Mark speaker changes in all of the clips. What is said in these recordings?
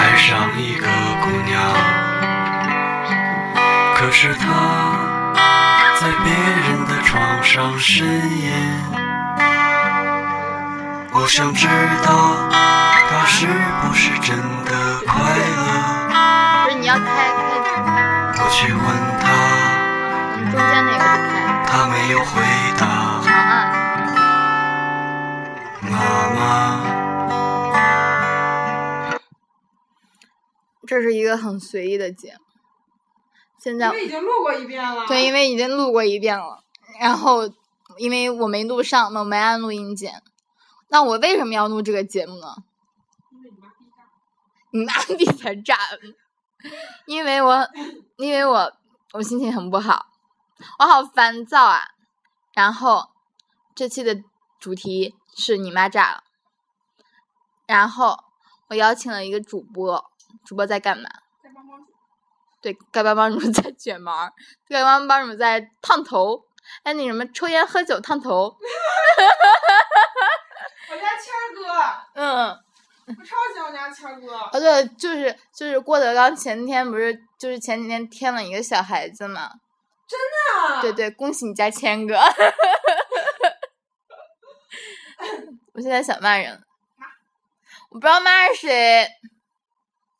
Speaker 1: 一个姑娘，可是她在别人的床上呻吟。我想知道她是不是真的快乐，
Speaker 2: 不是你要开开，
Speaker 1: 我去问她，
Speaker 2: 你中间那个不开，啊
Speaker 1: 她没有回答。
Speaker 2: 长按，
Speaker 1: 妈妈，
Speaker 2: 这是一个很随意的节目。现在
Speaker 3: 因为已经录过一遍了。
Speaker 2: 对，因为已经录过一遍了，然后因为我没录上，那我没按录音键。那我为什么要录这个节目呢？
Speaker 3: 因为你妈逼大
Speaker 2: 你妈逼才炸！因为我，因为我，我心情很不好，我好烦躁啊。然后，这期的主题是你妈炸了。然后我邀请了一个主播，主播在干嘛？
Speaker 3: 在帮帮主
Speaker 2: 对，丐帮帮主 在卷毛儿，丐帮帮主在烫头。哎，那什么，抽烟、喝酒、烫头，
Speaker 3: 我家谦儿哥，
Speaker 2: 嗯，
Speaker 3: 我超喜欢我家谦儿哥。
Speaker 2: 哦对，就是就是郭德纲前天不是就是前几天添了一个小孩子嘛，对对，恭喜你家谦哥！ 我现在想骂人了，我不知道骂谁，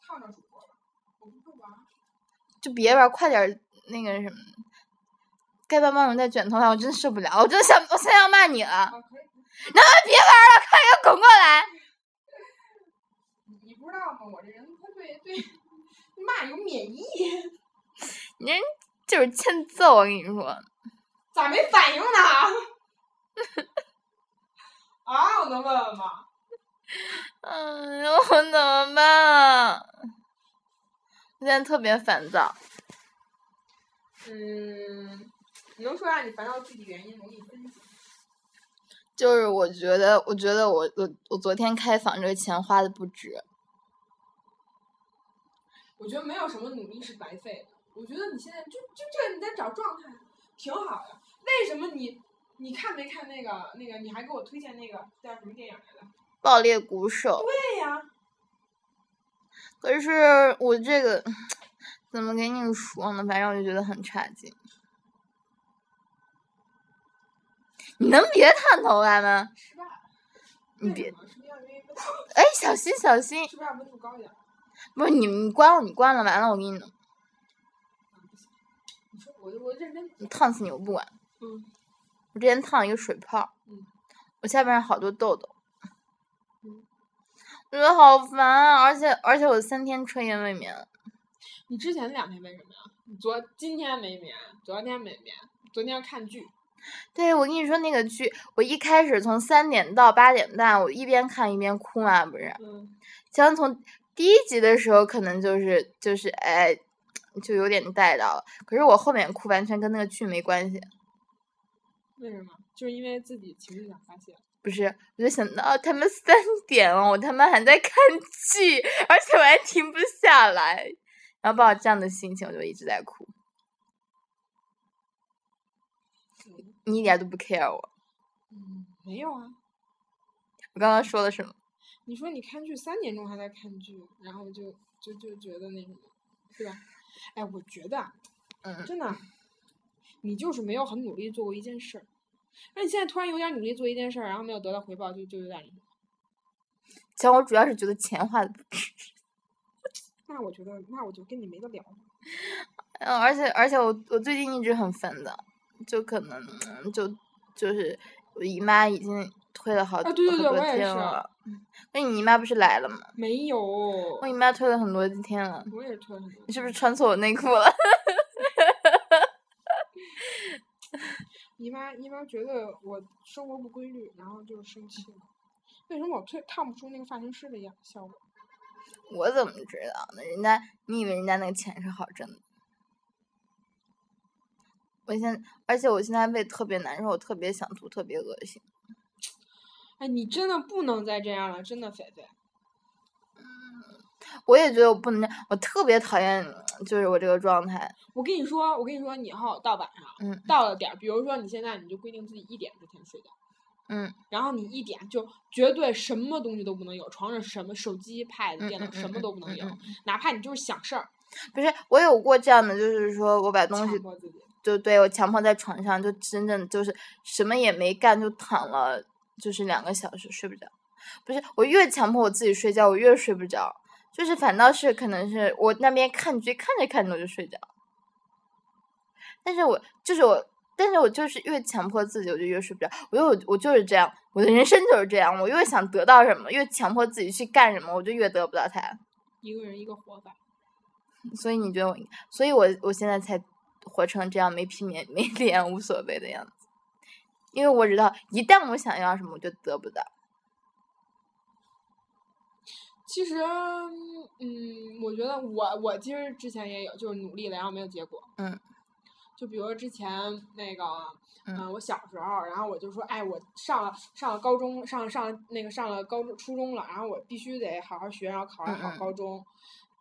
Speaker 3: 烫着主播了，我不啊会玩。
Speaker 2: 就别玩儿，快点儿那个什么，丐帮帮主在卷头发，我真受不了，我真想，我现在要骂你了，哎
Speaker 3: 啊，可以。
Speaker 2: 给我滚过来！
Speaker 3: 你你不知道吗？我这人他对对 骂有免疫，
Speaker 2: 你人就是欠揍，我跟你说，
Speaker 3: 咋没反应呢？ 啊，我能问问吗？
Speaker 2: 嗯，我怎么办啊？我现在特别烦躁，
Speaker 3: 嗯，你能说下你烦躁具体原因吗？我给你分析。
Speaker 2: 就是我觉得，我觉得我我我昨天开房这个钱花的不值，
Speaker 3: 我觉得没有什么努力是白费的。我觉得你现在就就这个你在找状态，挺好的。为什么你你看没看那个那个？你还给我推荐那个叫什么电影来着？啊
Speaker 2: 爆裂鼓手。
Speaker 3: 对呀、
Speaker 2: 可是我这个怎么跟你说呢？反正我就觉得很差劲。你能别烫头发吗？
Speaker 3: 失败了。
Speaker 2: 你
Speaker 3: 为
Speaker 2: 别
Speaker 3: 什么是不是要因为温度
Speaker 2: 哎，小心小心！
Speaker 3: 是不是要温度高一点？
Speaker 2: 不是你，你关了，你关了，完了我给你弄，
Speaker 3: 啊你说我就我认真。
Speaker 2: 你烫死你我不管。
Speaker 3: 嗯，
Speaker 2: 我之前烫了一个水泡，
Speaker 3: 嗯
Speaker 2: 我下边上好多痘痘，
Speaker 3: 嗯
Speaker 2: 我觉得好烦啊！而且而且我三天彻夜未眠，
Speaker 3: 你之前两天为什么呀？你昨今天没眠，昨天没眠，昨天看剧。
Speaker 2: 对，我跟你说那个剧，我一开始从三点到八点半，我一边看一边哭嘛，不是？
Speaker 3: 嗯，
Speaker 2: 像从第一集的时候，可能就是就是哎，就有点带到了。可是我后面哭完全跟那个剧没关系，
Speaker 3: 为什么？就是因为自己情绪想发泄。
Speaker 2: 不是？我就想到哦他们三 点了，我他妈还在看剧，而且我还停不下来，然后抱着这样的心情，我就一直在哭。你一点都不 care 我，
Speaker 3: 嗯，没有啊。
Speaker 2: 我刚刚说了什么？
Speaker 3: 你说你看剧三点钟还在看剧，然后就就就觉得那什么，是吧？哎，我觉得啊
Speaker 2: 嗯，
Speaker 3: 真的，你就是没有很努力做过一件事儿。那你现在突然有点努力做一件事儿，然后没有得到回报，就就有点那什么。
Speaker 2: 其实我主要是觉得钱花的不值，
Speaker 3: 那我觉得，那我就跟你没得聊了。
Speaker 2: 嗯，而且而且我我最近一直很烦的，就可能嗯就就是我姨妈已经推了好、
Speaker 3: 啊对对对
Speaker 2: 好
Speaker 3: 我
Speaker 2: 多
Speaker 3: 也
Speaker 2: 天
Speaker 3: 是
Speaker 2: 了，那你姨妈不是来了吗？
Speaker 3: 没有，
Speaker 2: 我姨妈推了很多天了，
Speaker 3: 我也突然很多
Speaker 2: 哎你是不是穿错我内裤了？
Speaker 3: 姨妈姨妈觉得我生活不规律，然后就生气了。为什么我推烫不出那个发型师的样效果？
Speaker 2: 我怎么知道呢？人家你以为人家那个钱是好挣的？我现在而且我现在胃特别难受，我特别想吐，特别恶心。
Speaker 3: 哎，你真的不能再这样了，真的菲菲。
Speaker 2: 我也觉得我不能，我特别讨厌就是我这个状态。
Speaker 3: 我跟你说，我跟你说，你以后到晚上，
Speaker 2: 嗯
Speaker 3: 到了点儿，比如说你现在你就规定自己一点之前睡觉，
Speaker 2: 嗯，
Speaker 3: 然后你一点就绝对什么东西都不能有，床上什么手机、pad、
Speaker 2: 嗯
Speaker 3: 电脑
Speaker 2: 嗯
Speaker 3: 什
Speaker 2: 嗯
Speaker 3: 么都不能
Speaker 2: 嗯
Speaker 3: 有
Speaker 2: 嗯，
Speaker 3: 哪怕你就是想事儿，
Speaker 2: 不是，我有过这样的，就是说我把东
Speaker 3: 强
Speaker 2: 西
Speaker 3: 迫自己。
Speaker 2: 就对我强迫在床上，就真正就是什么也没干就躺了，就是两个小时睡不着。不是，我越强迫我自己睡觉，我越睡不着，就是反倒是可能是我那边看剧看着看着我就睡着，但是我就是我。但是我就是越强迫自己，我就越睡不着。我就我就是这样，我的人生就是这样。我越想得到什么，越强迫自己去干什么，我就越得不到它。
Speaker 3: 一个人一个活法，
Speaker 2: 所以你觉得我应，所以我我现在才活成这样没皮没 没脸无所谓的样子，因为我知道一旦我想要什么，我就得不到。
Speaker 3: 其实，嗯，我觉得我我其实之前也有，就是努力了，然后没有结果。
Speaker 2: 嗯。
Speaker 3: 就比如说之前那个，
Speaker 2: 嗯
Speaker 3: 嗯、我小时候，然后我就说，哎，我上了上了高中，上了上了那个上了高中初中了，然后我必须得好好学，然后考上
Speaker 2: 嗯
Speaker 3: 好
Speaker 2: 嗯
Speaker 3: 高中。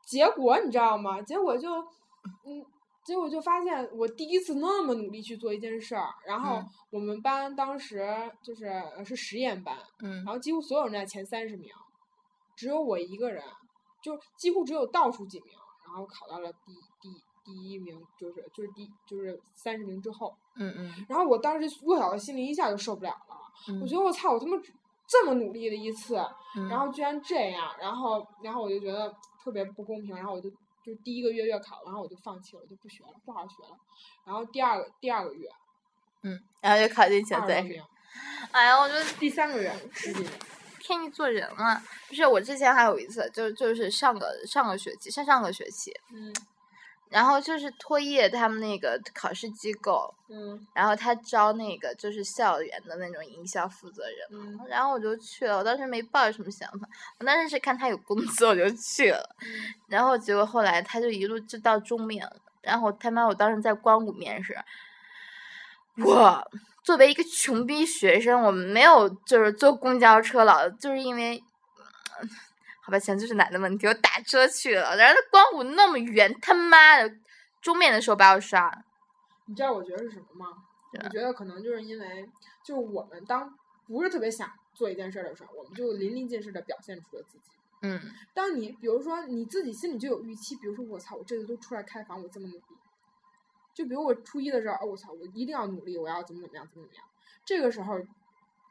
Speaker 3: 结果你知道吗？结果就，嗯，结果就发现我第一次那么努力去做一件事儿，然后
Speaker 2: 嗯
Speaker 3: 我们班当时就是呃是实验班，
Speaker 2: 嗯
Speaker 3: 然后几乎所有人在前三十名，只有我一个人，就几乎只有倒数几名，然后考到了第第第一名，就是就是第就是三十名之后。
Speaker 2: 嗯嗯
Speaker 3: 然后我当时弱小的心灵一下就受不了了，
Speaker 2: 嗯，
Speaker 3: 我觉得我操，我他妈这么努力的一次，
Speaker 2: 嗯
Speaker 3: 然后居然这样，然后然后我就觉得特别不公平，然后我就就第一个月月考，然后我就放弃了，我就不学了，不好好学了。然后第二个第二个月
Speaker 2: 嗯，然后就考进前
Speaker 3: 二十
Speaker 2: 三
Speaker 3: 多
Speaker 2: 十。
Speaker 3: 名，
Speaker 2: 哎呀，我就
Speaker 3: 第三 个月十几名，
Speaker 2: 骗你做人了。不是，我之前还有一次，就就是上个上个学期，上上个学期，
Speaker 3: 嗯
Speaker 2: 然后就是托业他们那个考试机构，
Speaker 3: 嗯
Speaker 2: 然后他招那个就是校园的那种营销负责人。
Speaker 3: 嗯
Speaker 2: 然后我就去了，我当时没抱着什么想法，我当时是看他有工作我就去了，
Speaker 3: 嗯
Speaker 2: 然后结果后来他就一路就到中面了，然后他妈我当时在光谷面试，我作为一个穷逼学生，我没有就是坐公交车了，就是因为。好吧，钱就是懒的问题。我打车去了，然后光谷那么远，他妈的，中面的时候把我刷了。
Speaker 3: 你知道我觉得是什么吗？
Speaker 2: 对
Speaker 3: 我觉得可能就是因为，就是我们当不是特别想做一件事儿的时候，我们就淋漓尽致的表现出了自己。
Speaker 2: 嗯
Speaker 3: 当你比如说你自己心里就有预期，比如说我操，我这次都出来开房，我这么努力，就比如我初一的时候，哦我操，我一定要努力，我要怎么怎么样，怎么怎么样。这个时候，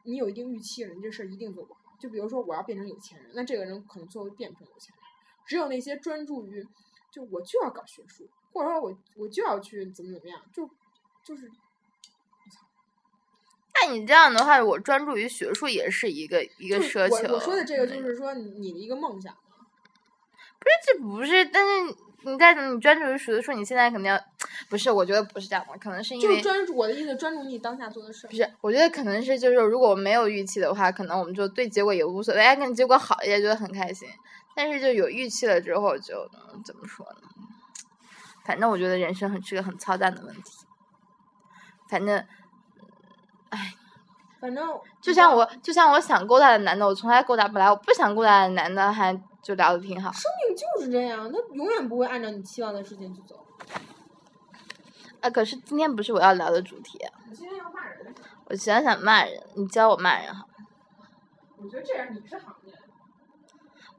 Speaker 3: 你有一定预期了，你这事儿一定做不好。就比如说我要变成有钱人，那这个人可能最后变不成有钱人。只有那些专注于，就我就要搞学术，或者说我我就要去怎么怎么样，就就是
Speaker 2: 那你这样的话，我专注于学术也是一个一个
Speaker 3: 就是
Speaker 2: 奢
Speaker 3: 我
Speaker 2: 求。
Speaker 3: 我说的这个就
Speaker 2: 嗯
Speaker 3: 是说你你的一个梦想。
Speaker 2: 这不是，但是你在你专注于学术，你现在肯定要，不是，我觉得不是这样的，可能是因
Speaker 3: 就
Speaker 2: 为
Speaker 3: 是专注，我的意思，专注你当下做的事儿
Speaker 2: 不。是，我觉得可能是就是如果没有预期的话，可能我们就对结果也无所谓，哎，跟结果好一些觉得很开心，但是就有预期了之后就，嗯怎么说呢？反正我觉得人生很是个很操蛋的问题，反正
Speaker 3: 反正
Speaker 2: 就像我就像我想勾搭的男的，我从来勾搭不来，我不想勾搭的男的还就聊的挺好。
Speaker 3: 生命就是这样，它永远不会按照你期望的事情去走。
Speaker 2: 啊，可是今天不是我要聊的主题，啊
Speaker 3: 你现在要骂人，
Speaker 2: 我想想骂人，你教我骂人好吗。
Speaker 3: 我觉得这样你是行家。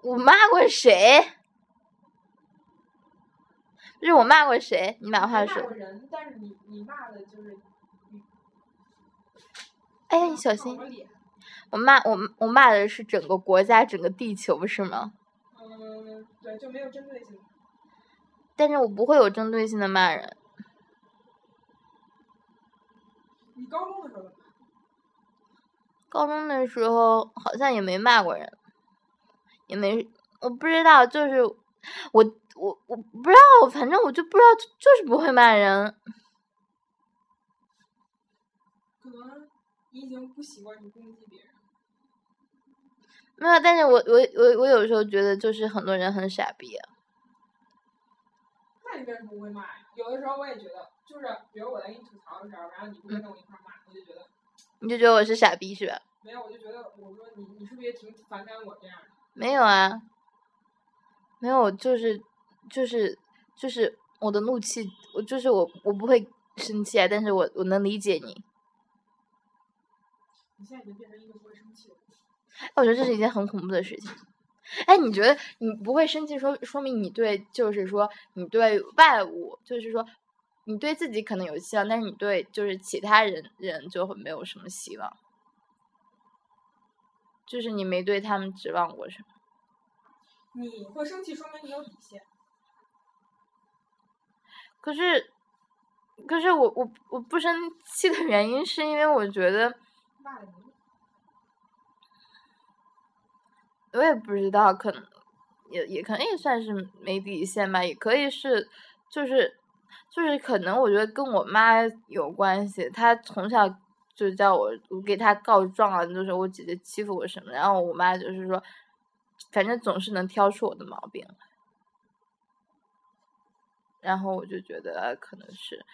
Speaker 2: 我骂过谁？不是我骂过谁？你把话说。
Speaker 3: 人，但是你你骂的就是。
Speaker 2: 哎，你小心！
Speaker 3: 脸。
Speaker 2: 我骂我我骂的是整个国家、整个地球，是吗？
Speaker 3: 嗯，对，就没有针对性。
Speaker 2: 但是我不会有针对性的骂人。
Speaker 3: 你高中的时候，
Speaker 2: 高中的时候好像也没骂过人，也没我不知道，就是我我我不知道，反正我就不知道，就就是不会骂人。
Speaker 3: 可能你已经不习惯你攻击别人。
Speaker 2: 没有，但是我我我我有时候觉得，就是很多人很傻逼、啊
Speaker 3: 那你为什么不会骂呀？有的时候我也觉得，就是比如我在跟你吐槽的时候，然后你不会跟我一块儿骂，我就觉得
Speaker 2: 你就觉得我是傻逼是吧？
Speaker 3: 没有，我就觉得我说你你是不是也挺反感我这样的？
Speaker 2: 没有啊，没有，就是就是就是我的怒气，我就是我我不会生气啊，但是我我能理解你。
Speaker 4: 你现在已经变成一个不会生气的人。
Speaker 2: 我觉得这是一件很恐怖的事情。哎，你觉得你不会生气说，说明你对，就是说你对外物，就是说你对自己可能有希望，但是你对就是其他人人就会没有什么希望，就是你没对他们指望过什么。
Speaker 4: 你会生气，说明你有底线。
Speaker 2: 可是，可是我我我不生气的原因是因为我觉得。
Speaker 4: 骂了你，
Speaker 2: 我也不知道，可能也也可能也算是没底线吧，也可以是，就是就是可能我觉得跟我妈有关系，她从小就叫我我给她告状啊，就是我姐姐欺负我什么的，然后我妈就是说，反正总是能挑出我的毛病来，然后我就觉得呃可能是。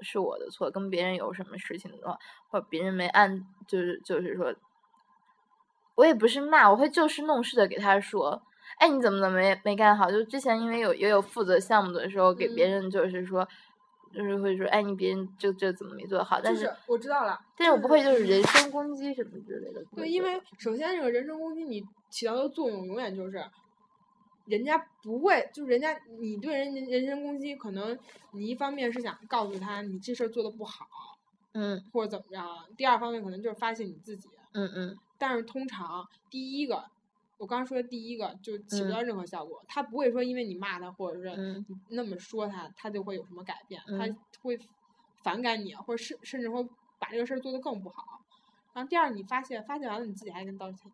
Speaker 2: 是我的错，跟别人有什么事情的话，或者别人没按，就是就是说我也不是骂，我会就事论事的给他说，哎，你怎么怎么没没干好？就之前因为有也有负责项目的时候，给别
Speaker 5: 嗯
Speaker 2: 人就是说，就是会说，哎，你别人这这怎么没做好？但、
Speaker 5: 就是是我知道了，
Speaker 2: 但是我不会就是人 身攻击什么之类的。不
Speaker 5: 对，
Speaker 2: 会
Speaker 5: 因
Speaker 2: 做
Speaker 5: 为首先这个人身攻击你起到的作用永远就是，人家不会，就是人家你对人人身攻击，可能你一方面是想告诉他你这事儿做的不好，
Speaker 2: 嗯
Speaker 5: 或者怎么着；第二方面可能就是发泄你自己。
Speaker 2: 嗯嗯
Speaker 5: 但是通常第一个，我刚说的第一个就起不
Speaker 2: 嗯
Speaker 5: 到任何效果，他不会说因为你骂他或者是
Speaker 2: 嗯
Speaker 5: 你那么说他，他就会有什么改变，
Speaker 2: 嗯
Speaker 5: 他会反感你，或者甚甚至会把这个事儿做得更不好。然后第二，你发现发现完了，你自己还跟道歉。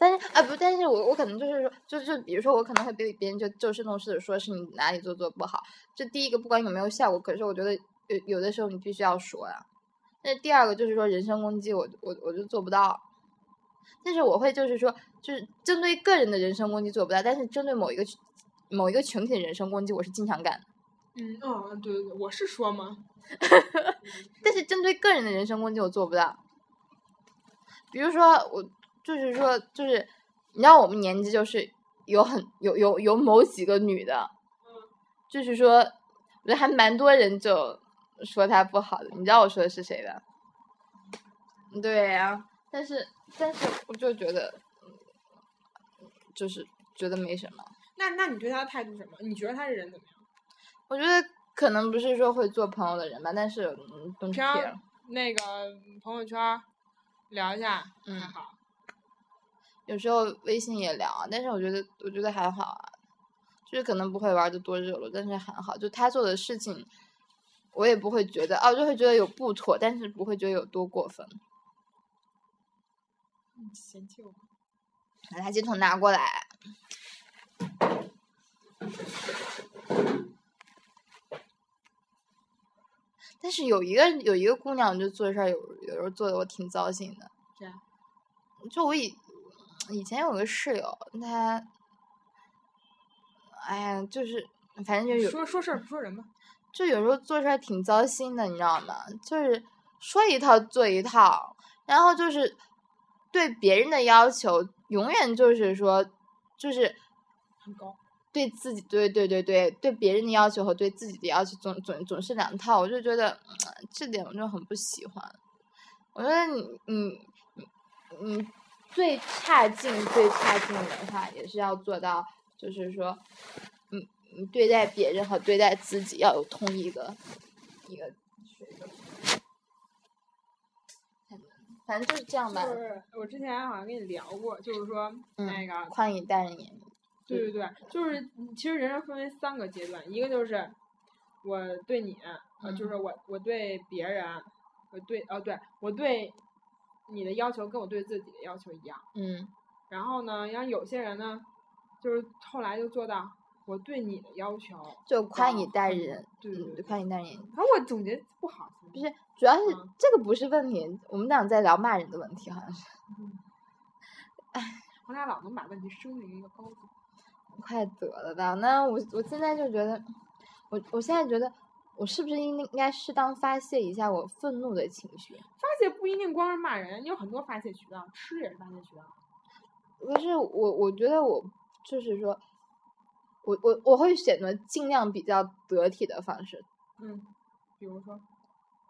Speaker 2: 但是啊不，但是我我可能就是说，就就比如说我可能会比别人就就事论事的说是你哪里做做不好，这第一个不管有没有效果，可是我觉得有有的时候你必须要说呀、啊那第二个就是说人身攻击我，我我就做不到，但是我会就是说，就是针对个人的人身攻击做不到，但是针对某一个群某一个群体的人身攻击，我是经常干的。
Speaker 5: 嗯嗯，对对对，我是说嘛，
Speaker 2: 但是针对个人的人身攻击我做不到。比如说，我就是说，就是你知道我们年级就是有很有有有某几个女的，就是说，我觉得还蛮多人就说她不好的。你知道我说的是谁吧？对呀、但是但是我就觉得，就是觉得没什么。
Speaker 5: 那那你对他的态度是什么？你觉得他这人怎么样？
Speaker 2: 我觉得可能不是说会做朋友的人吧，但是嗯，don't
Speaker 5: 平常
Speaker 2: care。
Speaker 5: 那个朋友圈儿聊一下，
Speaker 2: 嗯
Speaker 5: 还好。
Speaker 2: 有时候微信也聊啊，但是我觉得我觉得还好啊，就是可能不会玩的多热络，但是还好。就他做的事情，我也不会觉得哦，就会觉得有不妥，但是不会觉得有多过分。
Speaker 5: 你嗯嫌弃我？
Speaker 2: 把垃圾桶拿过来。但是有一个有一个姑娘，就做事儿有有时候做的我挺糟心的。
Speaker 5: 这样
Speaker 2: 就我以以前有个室友，她，哎呀，就是反正就有
Speaker 5: 说说事儿不说人吧。
Speaker 2: 就有时候做事儿挺糟心的，你知道吗？就是说一套做一套，然后就是对别人的要求永远就是说，就是
Speaker 5: 很高。
Speaker 2: 对自己，对对对对，对别人的要求和对自己的要求总总总是两套，我就觉得这点我就很不喜欢。我觉得你你你你最差劲最差劲的话，也是要做到，就是说，你你对待别人和对待自己要有同一个一个水准，反正就是这样吧，
Speaker 5: 就是我之前好像跟你聊过，就是说
Speaker 2: 嗯
Speaker 5: 那个，
Speaker 2: 宽以待人也
Speaker 5: 对对对，就是其实人生分为三个阶段，一个就是我对你，呃，就是
Speaker 2: 嗯
Speaker 5: 我我对别人，我对哦对我对你的要求跟我对自己的要求一样。
Speaker 2: 嗯
Speaker 5: 然后呢，然后有些人呢，就是后来就做到我对你的要求，
Speaker 2: 就宽
Speaker 5: 高
Speaker 2: 以待
Speaker 5: 很
Speaker 2: 人，
Speaker 5: 对对对
Speaker 2: 嗯，宽以待人也
Speaker 5: 反正我总结不好，
Speaker 2: 不是，主要是
Speaker 5: 嗯
Speaker 2: 这个不是问题，我们俩在聊骂人的问题，好像是。
Speaker 5: 我俩老能把问题升于一个高度。
Speaker 2: 快得了吧？那我我现在就觉得，我我现在觉得，我是不是应应该适当发泄一下我愤怒的情绪？
Speaker 5: 发泄不一定光是骂人，你有很多发泄渠道，吃也是发泄渠道。
Speaker 2: 可是我我觉得我就是说，我我我会选择尽量比较得体的方式，
Speaker 5: 嗯，比如说。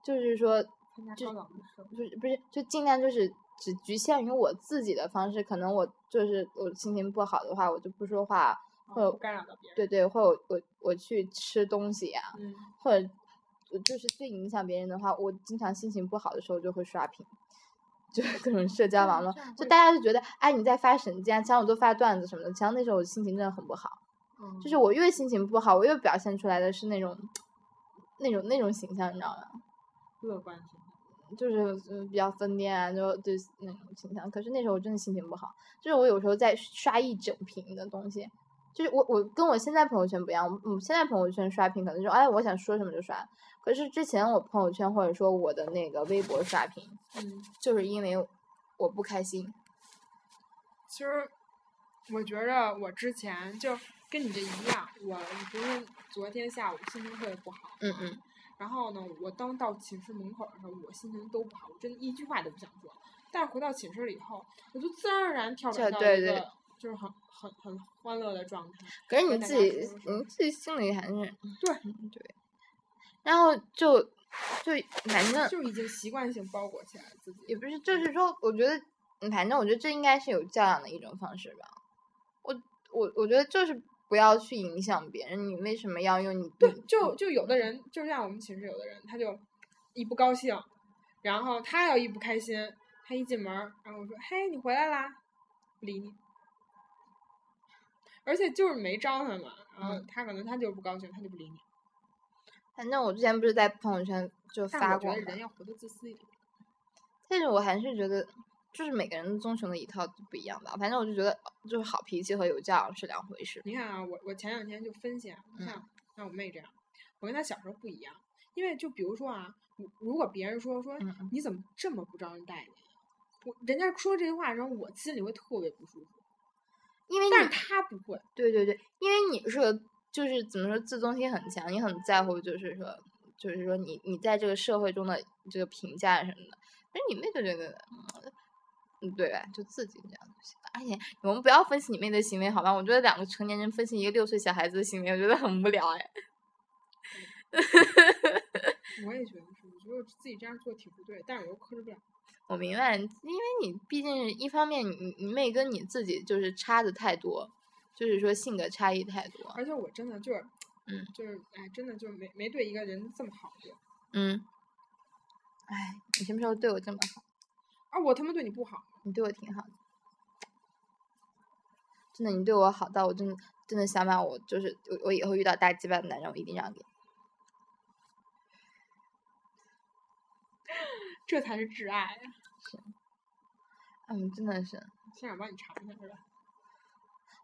Speaker 2: 就是说，
Speaker 3: 参加
Speaker 2: 就
Speaker 3: 高档的社会
Speaker 2: 不是不是，就尽量就是只局限于我自己的方式。可能我就是我心情不好的话，我就不说话，
Speaker 3: 啊
Speaker 2: 会有
Speaker 3: 不干扰到别人。
Speaker 2: 对对，或者我我去吃东西呀、
Speaker 3: 嗯，
Speaker 2: 或者我就是最影响别人的话，我经常心情不好的时候就会刷屏， 就是各种社交
Speaker 3: 啊
Speaker 2: 网络
Speaker 5: 这样，
Speaker 2: 就
Speaker 5: 会
Speaker 2: 大家就觉得哎你在发神经啊，前两我都发段子什么的，前两那时候我心情真的很不好，
Speaker 5: 嗯
Speaker 2: 就是我越心情不好，我越表现出来的是那种那种那种形象，你知道吗？
Speaker 3: 乐观型的。
Speaker 2: 就是嗯比较疯癫啊，就对那种倾向。可是那时候我真的心情不好，就是我有时候在刷一整屏的东西，就是我我跟我现在朋友圈不一样，我我现在朋友圈刷屏可能就哎我想说什么就刷，可是之前我朋友圈或者说我的那个微博刷屏，
Speaker 5: 嗯，
Speaker 2: 就是因为我不开心，
Speaker 5: 其实我觉着我之前就跟你这一样，我不是昨天下午心情特别不好，
Speaker 2: 嗯嗯，
Speaker 5: 然后呢，我当到寝室门口的时候，我心情都不好，我真的一句话都不想说。但是回到寝室了以后，我就自然而然跳转
Speaker 2: 这
Speaker 5: 到
Speaker 2: 对
Speaker 5: 一
Speaker 2: 对
Speaker 5: 个就是很很很欢乐的状态。
Speaker 2: 可是
Speaker 5: 和
Speaker 2: 你
Speaker 5: 大
Speaker 2: 自
Speaker 5: 家
Speaker 2: 己
Speaker 5: 说说
Speaker 2: 你自己心里还是
Speaker 5: 对
Speaker 2: 嗯对，然后就就反正
Speaker 5: 就已经习惯性包裹起来了自己。
Speaker 2: 也不是，就是说，我觉得，嗯反正我觉得这应该是有教养的一种方式吧。我我我觉得就是不要去影响别人，你为什么要用你
Speaker 5: 对
Speaker 2: 你，
Speaker 5: 就就有的人，就像我们寝室有的人，他就一不高兴，然后他要一不开心，他一进门儿，然后我说：“嘿，你回来啦！”不理你，而且就是没招他嘛，然后
Speaker 2: 嗯
Speaker 5: 他可能他就是不高兴，他就不理你。
Speaker 2: 反正我之前不是在朋友圈就
Speaker 5: 但
Speaker 2: 发
Speaker 5: 我觉
Speaker 2: 过
Speaker 5: 得
Speaker 2: 嘛
Speaker 5: 人要活得自私一点。
Speaker 2: 但是我还是觉得，就是每个人棕熊的一套都不一样吧。反正我就觉得，就是好脾气和有教养是两回事。
Speaker 5: 你看啊，我我前两天就分析啊，你
Speaker 2: 嗯
Speaker 5: 看像我妹这样，我跟她小时候不一样，因为就比如说啊，如如果别人说说
Speaker 2: 嗯嗯
Speaker 5: 你怎么这么不招人待见，啊我人家说这句话的时候，我心里会特别不舒服。
Speaker 2: 因为
Speaker 5: 但是
Speaker 2: 你
Speaker 5: 她不会，
Speaker 2: 对对对，因为你是个就是怎么说自尊心很强，你很在乎，就是说就是说你你在这个社会中的这个评价什么的。可是你妹就觉得，嗯，对吧？就自己这样就行了。而且我们不要分析你妹的行为，好吧？我觉得两个成年人分析一个六岁小孩子的行为，我觉得很无聊哎。
Speaker 5: 我也觉得是，我觉得自己这样做挺不对，但是我又克制不了。
Speaker 2: 我明白，因为你毕竟是一方面你，你你妹跟你自己就是差的太多，就是说性格差异太多。
Speaker 5: 而且我真的就是，
Speaker 2: 嗯，
Speaker 5: 就是哎，真的就没没对一个人这么好过。
Speaker 2: 嗯，哎，你什么时候对我这么好？
Speaker 5: 啊，我他妈对你不好，
Speaker 2: 你对我挺好的，真的，你对我好到我真的真的想把我就是我我以后遇到大鸡巴的男人，我一定让给你。
Speaker 5: 这才是挚爱啊！
Speaker 2: 嗯，真的是，
Speaker 5: 现在我帮你尝一下是吧？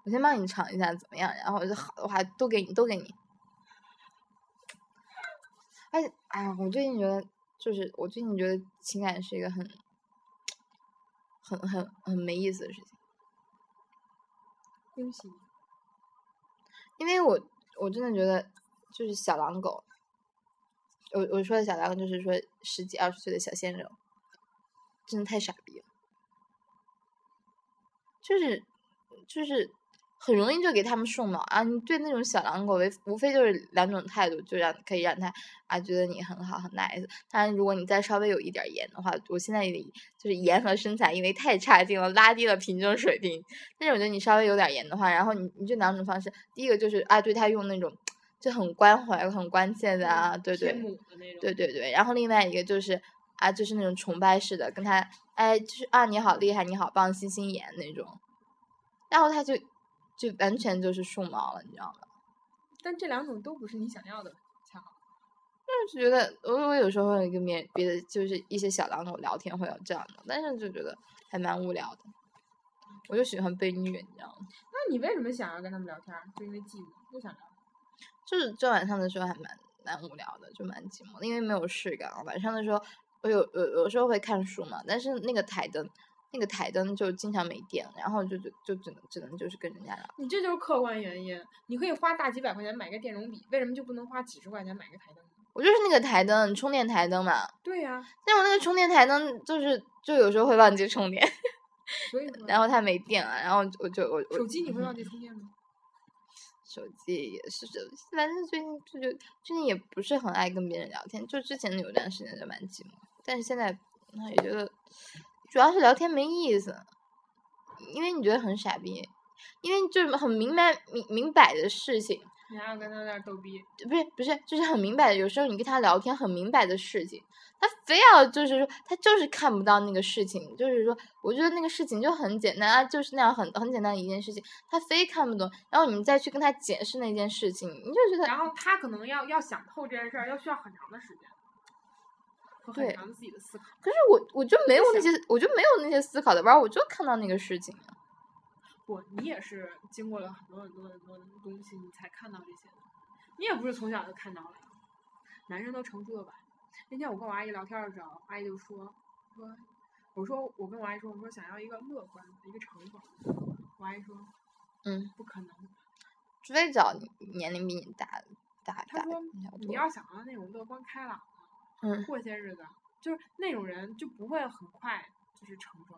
Speaker 2: 我先帮你尝一下怎么样，然后我就好的话都给你，都给你。而且，哎呀，我最近觉得，就是我最近觉得情感是一个很、很、很、很没意思的事情。
Speaker 5: 恭喜你，
Speaker 2: 因为我我真的觉得就是小狼狗，我我说的小狼狗就是说十几二十岁的小鲜肉，真的太傻逼了，就是就是很容易就给他们送脑啊！你对那种小狼狗为无非就是两种态度，就让可以让他啊觉得你很好很 nice，当然如果你再稍微有一点儿颜的话，我现在也就是颜和身材因为太差劲了，拉低了平均水平，但是我觉得你稍微有点严的话，然后你你这两种方式，第一个就是啊，对他用那种就很关怀、很关切的啊，对
Speaker 5: 贴
Speaker 2: 对
Speaker 5: 母的那种。
Speaker 2: 对对对，然后另外一个就是啊，就是那种崇拜式的，跟他哎，就是啊，你好厉害，你好棒，星星眼那种，然后他就就完全就是树毛了，你知道吗？
Speaker 5: 但这两种都不是你想要的，恰好。
Speaker 2: 就是觉得我我有时候会跟别人别的就是一些小狼狗聊天会有这样的，但是就觉得还蛮无聊的，我就喜欢被虐，你知道吗？
Speaker 5: 那你为什么想要跟他们聊天儿？就因为寂寞，就想聊。
Speaker 2: 就是就晚上的时候还蛮蛮无聊的，就蛮寂寞的，因为没有事干。晚上的时候，我有有有时候会看书嘛，但是那个台灯，那个台灯就经常没电，然后就就就只能只能就是跟人家聊。
Speaker 5: 你这就是客观原因。你可以花大几百块钱买个电容笔，为什么就不能花几十块钱买个台灯呢？
Speaker 2: 我就是那个台灯，充电台灯嘛。
Speaker 5: 对呀、
Speaker 2: 但我那个充电台灯就是就有时候会忘记充电，
Speaker 5: 所以说
Speaker 2: 然后它没电了，然后我就我我嗯
Speaker 5: 手机你会忘记充电吗？
Speaker 2: 手机也是手机，反正最近就就最近也不是很爱跟别人聊天，就之前有段时间就蛮寂寞。但是现在那也觉得，主要是聊天没意思，因为你觉得很傻逼，因为就是很明白明明摆的事情，
Speaker 5: 你还要跟他在那儿逗逼，
Speaker 2: 就不是不是，就是很明白的。有时候你跟他聊天，很明白的事情，他非要就是说他就是看不到那个事情，就是说我觉得那个事情就很简单啊，就是那样很很简单的一件事情，他非看不懂。然后你再去跟他解释那件事情，你就觉得
Speaker 5: 然后他可能要要想透这件事儿，要需要很长的时间，和很
Speaker 2: 对
Speaker 5: 长的自己的思考。
Speaker 2: 可是我我就没有那
Speaker 5: 想
Speaker 2: 些我就没有那些思考的弯儿，我就看到那个事情。
Speaker 5: 不，你也是经过了很多很多很多的东西，你才看到这些的。你也不是从小就看到了，男生都成熟的晚。那天我跟我阿姨聊天儿的时候，阿姨就说说，我说我跟我阿姨说，我说想要一个乐观的一个成熟。我阿姨说
Speaker 2: 嗯，
Speaker 5: 不可能，
Speaker 2: 除非找你年龄比你大大
Speaker 5: 她
Speaker 2: 大
Speaker 5: 说
Speaker 2: 比较
Speaker 5: 你
Speaker 2: 多
Speaker 5: 要想要那种乐观开朗的，
Speaker 2: 嗯
Speaker 5: 过些日子就是那种人就不会很快就是成熟，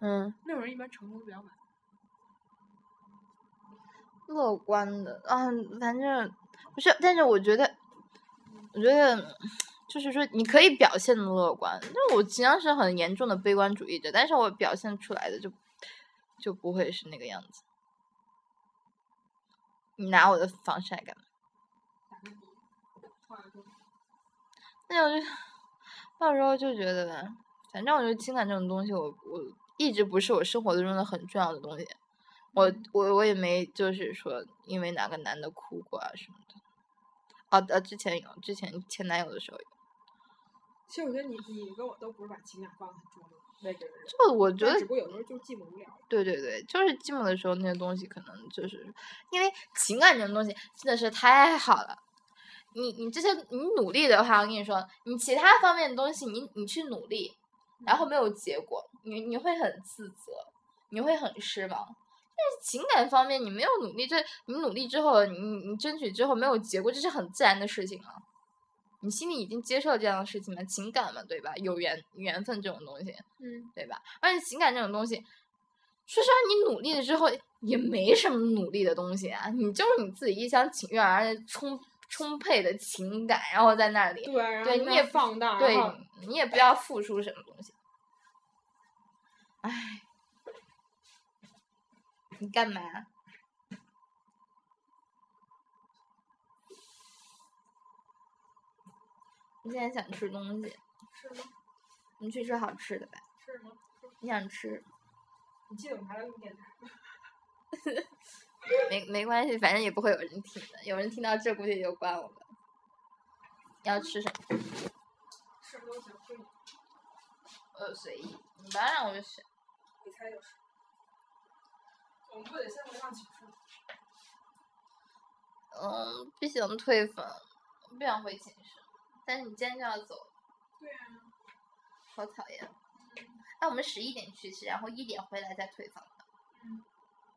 Speaker 2: 嗯，
Speaker 5: 那种人一般成熟的比较晚。
Speaker 2: 乐观的啊，反正不是，但是我觉得，我觉得就是说，你可以表现的乐观。那我实际上是很严重的悲观主义者，但是我表现出来的就就不会是那个样子。你拿我的防晒干嘛？
Speaker 5: 话说
Speaker 2: 那我就哎到时候就觉得吧，反正我觉得情感这种东西我，我一直不是我生活中的很重要的东西。我
Speaker 5: 嗯
Speaker 2: 我我也没就是说因为哪个男的哭过啊什么的。哦、啊，之前有，之前前男友的时候有，
Speaker 3: 其实我觉得你你跟我都不是把情感放得很重的那个人，
Speaker 2: 就哦我觉
Speaker 3: 但
Speaker 2: 得
Speaker 3: 只不过有时候就寂寞无聊。
Speaker 2: 对对对，就是寂寞的时候那些东西，可能就是因为情感这种东西真的是太好了。你你这些你努力的话，我跟你说，你其他方面的东西你，你去努力，然后没有结果，你你会很自责，你会很失望。但是情感方面，你没有努力，这你努力之后，你你你争取之后没有结果，这是很自然的事情啊。你心里已经接受了这样的事情嘛，情感嘛，对吧？有缘缘分这种东西，
Speaker 3: 嗯，
Speaker 2: 对吧？而且情感这种东西，说实话，你努力了之后也没什么努力的东西啊，你就是你自己一厢情愿，而且充充沛的情感，然后在那里，
Speaker 5: 啊
Speaker 3: 对，然后
Speaker 2: 对
Speaker 3: 在
Speaker 2: 你
Speaker 3: 那
Speaker 2: 也
Speaker 3: 儿放荡，
Speaker 2: 对
Speaker 3: 然后
Speaker 2: 你也不要付出什么东西。哎，你干嘛？你现在想吃东西，
Speaker 5: 是吗？
Speaker 2: 你去吃好吃的呗。
Speaker 5: 是吗？
Speaker 2: 你想吃，
Speaker 5: 你记得我们还在录电台，
Speaker 2: 没没关系，反正也不会有人听的。有人听到这，估计就怪我们。你要吃什么？
Speaker 5: 是不是都想睡？
Speaker 2: 呃，随意，你不要让我就选。
Speaker 5: 你猜就是。我们不得先回上寝室？
Speaker 2: 嗯，不行，退粉，不想回寝室。但是你今天就要走，
Speaker 5: 对啊，
Speaker 2: 好讨厌。哎那我们十一点去吃，然后一点回来再退房。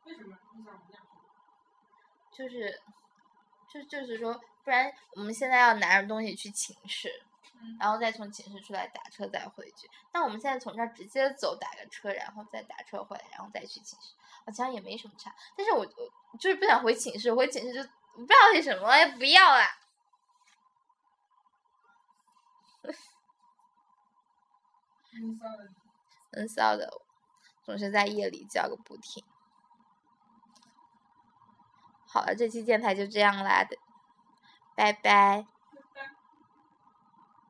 Speaker 5: 为什么？你想我们俩？
Speaker 2: 就是，就就是说，不然我们现在要拿着东西去寝室，
Speaker 5: 嗯
Speaker 2: 然后再从寝室出来打车再回去。那我们现在从这儿直接走，打个车，然后再打车回来，然后再去寝室，好像也没什么差。但是我我就是不想回寝室，回寝室就不知道为什么，哎，不要啦。
Speaker 5: 你算了，
Speaker 2: 很骚的，总是在夜里叫个不停。好了，这期电台就这样啦，拜拜。